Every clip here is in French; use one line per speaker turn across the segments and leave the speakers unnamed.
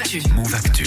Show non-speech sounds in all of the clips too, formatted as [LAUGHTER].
Actu.
Move Actu.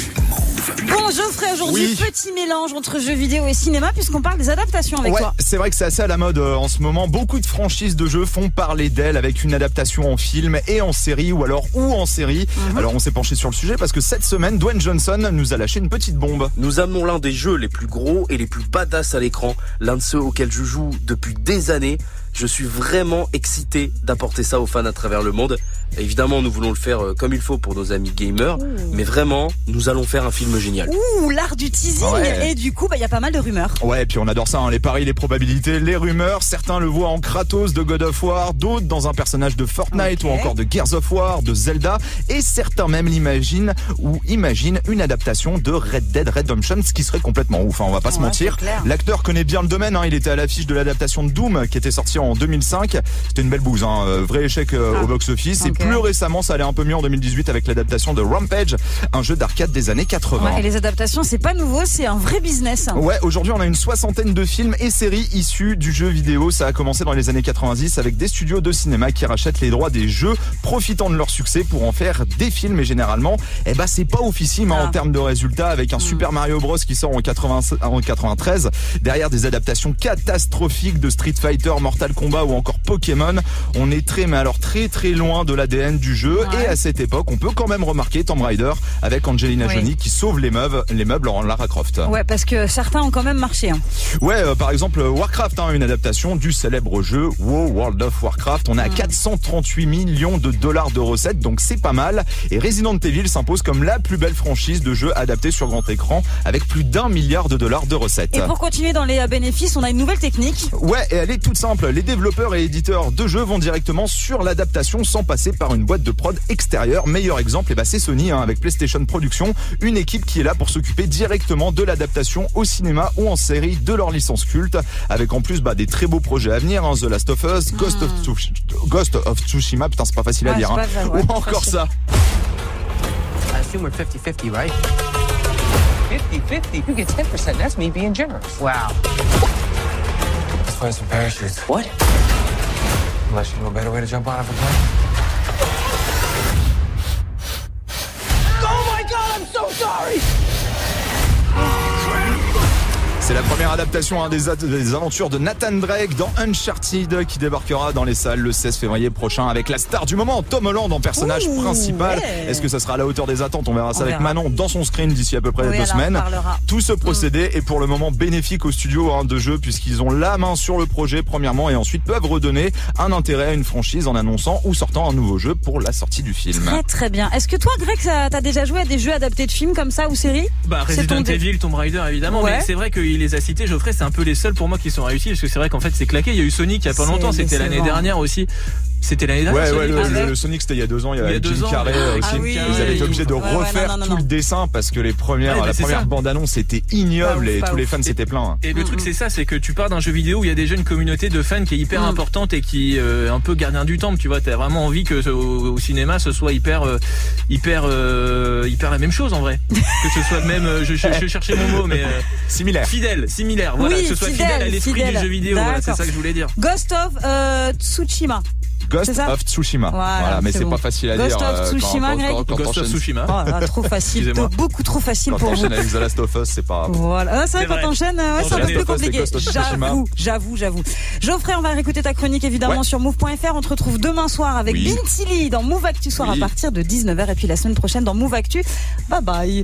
Bon, Geoffrey, aujourd'hui,
Oui.
petit mélange entre jeux vidéo et cinéma, puisqu'on parle des adaptations avec
Ouais,
toi.
c'est vrai que c'est assez à la mode euh, en ce moment. Beaucoup de franchises de jeux font parler d'elles avec une adaptation en film et en série ou alors ou en série.
Mhm.
Alors on s'est penché sur le sujet parce que cette semaine, Dwayne Johnson nous a lâché une petite bombe.
Nous amenons l'un des jeux les plus gros et les plus badass à l'écran, l'un de ceux auxquels je joue depuis des années. Je suis vraiment excité d'apporter ça aux fans à travers le monde. Et évidemment, nous voulons le faire euh, comme il faut pour nos amis gamers, mais vraiment, nous allons faire un film génial.
Ouh, l'art du teasing.
Ouais.
Et du coup, bah, il y a pas mal de rumeurs.
Ouais, et puis on adore ça, hein, les paris, les probabilités, les rumeurs. Certains le voient en Kratos de God of War, d'autres dans un personnage de Fortnite
Ok.
ou encore de Gears of War, de Zelda, et certains même l'imaginent ou imaginent une adaptation de Red Dead Redemption, ce qui serait complètement ouf. hein, on va pas se
Ouais,
mentir.
c'est clair.
L'acteur connaît bien le domaine. hein, il était à l'affiche de l'adaptation de Doom qui était sortie en 2005. C'était une belle bouse, hein, euh, vrai échec euh,
Ah.
au box-office.
Ok.
Et plus récemment, ça allait un peu mieux en 2018 avec l'adaptation de Rampage, un jeu d'arcade des années 80.
Ouais, et les adaptations, c'est pas nouveau, c'est un vrai business.
Ouais, aujourd'hui on a une soixantaine de films et séries issus du jeu vidéo. Ça a commencé dans les années 90 avec des studios de cinéma qui rachètent les droits des jeux, profitant de leur succès pour en faire des films. Et généralement, eh ben c'est pas officime hein,
Ah. Hmm.
en termes de résultats avec un Super Mario Bros qui sort en, 80 en 93 derrière des adaptations catastrophiques de Street Fighter, Mortal Kombat ou encore Pokémon. On est très mais alors très très loin de l'ADN du jeu.
Ouais.
Et à cette époque, on peut quand même remarquer Tomb Raider avec Angelina
Oui.
Jolie qui sauve les meubles, les meubles en Lara Croft.
Ouais, parce que certains ont quand même marché. hein.
Ouais, euh, par exemple euh, Warcraft, hein, une adaptation du célèbre jeu WoW World of Warcraft.
Hmm.
On est à 438 millions de dollars de recettes, donc c'est pas mal. Et Resident Evil s'impose comme la plus belle franchise de jeux adaptés sur grand écran, avec plus d'un milliard de dollars de recettes.
Et pour continuer dans les euh, bénéfices, on a une nouvelle technique.
Ouais, et elle est toute simple. Les développeurs et éditeurs de jeux vont directement sur l'adaptation sans passer par une boîte de prod extérieure. Meilleur exemple, eh ben, c'est Sony hein, avec PlayStation Productions, une équipe qui est là pour s'occuper directement de l'adaptation au cinéma ou en série de leur licence culte, avec en plus bah, des très beaux projets à venir, hein, The Last of Us, Ghost, of Tsush- Ghost of Tsushima, putain c'est pas facile
Ah. Ouais,
à dire,
c'est
hein.
pas vrai, ouais,
ou encore
facile.
ça.
I assume we're 50 50, right?
50 50. You get 10%. That's me being generous.
Wow.
Let's find some parachutes. What? Unless you know a better way to jump out of a plane.
C'est la première adaptation hein, des, at- des aventures de Nathan Drake dans Uncharted qui débarquera dans les salles le 16 février prochain avec la star du moment, Tom Holland en personnage
Ouh,
principal.
ouais.
Est-ce que ça sera à la hauteur des attentes On verra ça
On
avec
verra.
Manon dans son screen d'ici à peu près
Oui,
deux
alors, on Mm.
semaines.
parlera.
Tout ce procédé est pour le moment bénéfique aux studios hein, de jeu puisqu'ils ont la main sur le projet premièrement et ensuite peuvent redonner un intérêt à une franchise en annonçant ou sortant un nouveau jeu pour la sortie du film.
Très très bien. Est-ce que toi, Greg, ça- t'as déjà joué à des jeux adaptés de films comme ça ou séries
Bah,
C'est
Resident
ton dé-
Evil, Tomb Raider, évidemment.
Ouais.
Mais c'est vrai qu'il les a cités, Geoffrey, c'est un peu les seuls pour moi qui sont réussis. Parce que c'est vrai qu'en fait, c'est claqué. Il y a eu Sonic il y a pas
C'est
longtemps. C'était l'année
décevant.
dernière aussi. C'était
Ah,
l'année dernière.
Ouais, ouais,
Sonic,
le,
hein,
le-
ouais.
le Sonic c'était il y a deux ans, il y
Il y
avait
a deux
Jim
ans,
Carrey
ouais.
aussi.
Ah oui,
ils avaient
ouais,
été obligés de
ouais, ouais,
refaire
non, non,
tout
non.
le dessin parce que les premières,
Ouais, bah,
la
c'est
première
ça.
bande-annonce était ignoble
Pas ouf,
et
pas
tous les
ouf.
fans s'étaient plaints.
Et le
Mm,
truc c'est ça, c'est que tu pars d'un jeu vidéo où il y a déjà une communauté de fans qui est
Mm.
hyper importante et qui euh, un peu gardien du temple, tu vois, t'as vraiment envie que ce- au, au cinéma ce soit hyper euh, hyper euh, hyper la même chose
[LAUGHS]
en vrai. que ce soit le même euh, je, je, je cherchais mon mot mais euh,
Similaire.
fidèle, similaire, voilà,
Oui,
que ce soit
fidèle,
fidèle, à l'esprit
fidèle.
du jeu vidéo, voilà, c'est
D'accord.
ça que je voulais dire.
Ghost of euh, Tsushima.
Ghost
C'est ça
of Tsushima.
Voilà,
Voilà, mais
c'est
c'est
bon.
pas facile à dire.
Ghost of
euh, quand-
Tsushima,
quand-
Greg.
quand- quand
Ghost of
t'enchaînes-
Tsushima.
Oh là, trop facile,
Excusez-moi.
beaucoup trop facile
Hein Quand
pour vous.
t'enchaînes avec The Last of Us, c'est
[LAUGHS]
pas.
Voilà, Ah, c'est
C'est
vrai
vrai.
quand t'enchaînes, euh, ouais, c'est un peu
Enchaîner
plus
les postes et
compliqué.
Ghost of Tsushima.
J'avoue, j'avoue, j'avoue. Geoffrey, on va réécouter ta chronique évidemment
Ouais.
sur move.fr. On te retrouve demain soir avec
Oui.
Bintili dans Move Actu soir
Oui.
à partir de 19h et puis la semaine prochaine dans Move Actu. Bye bye.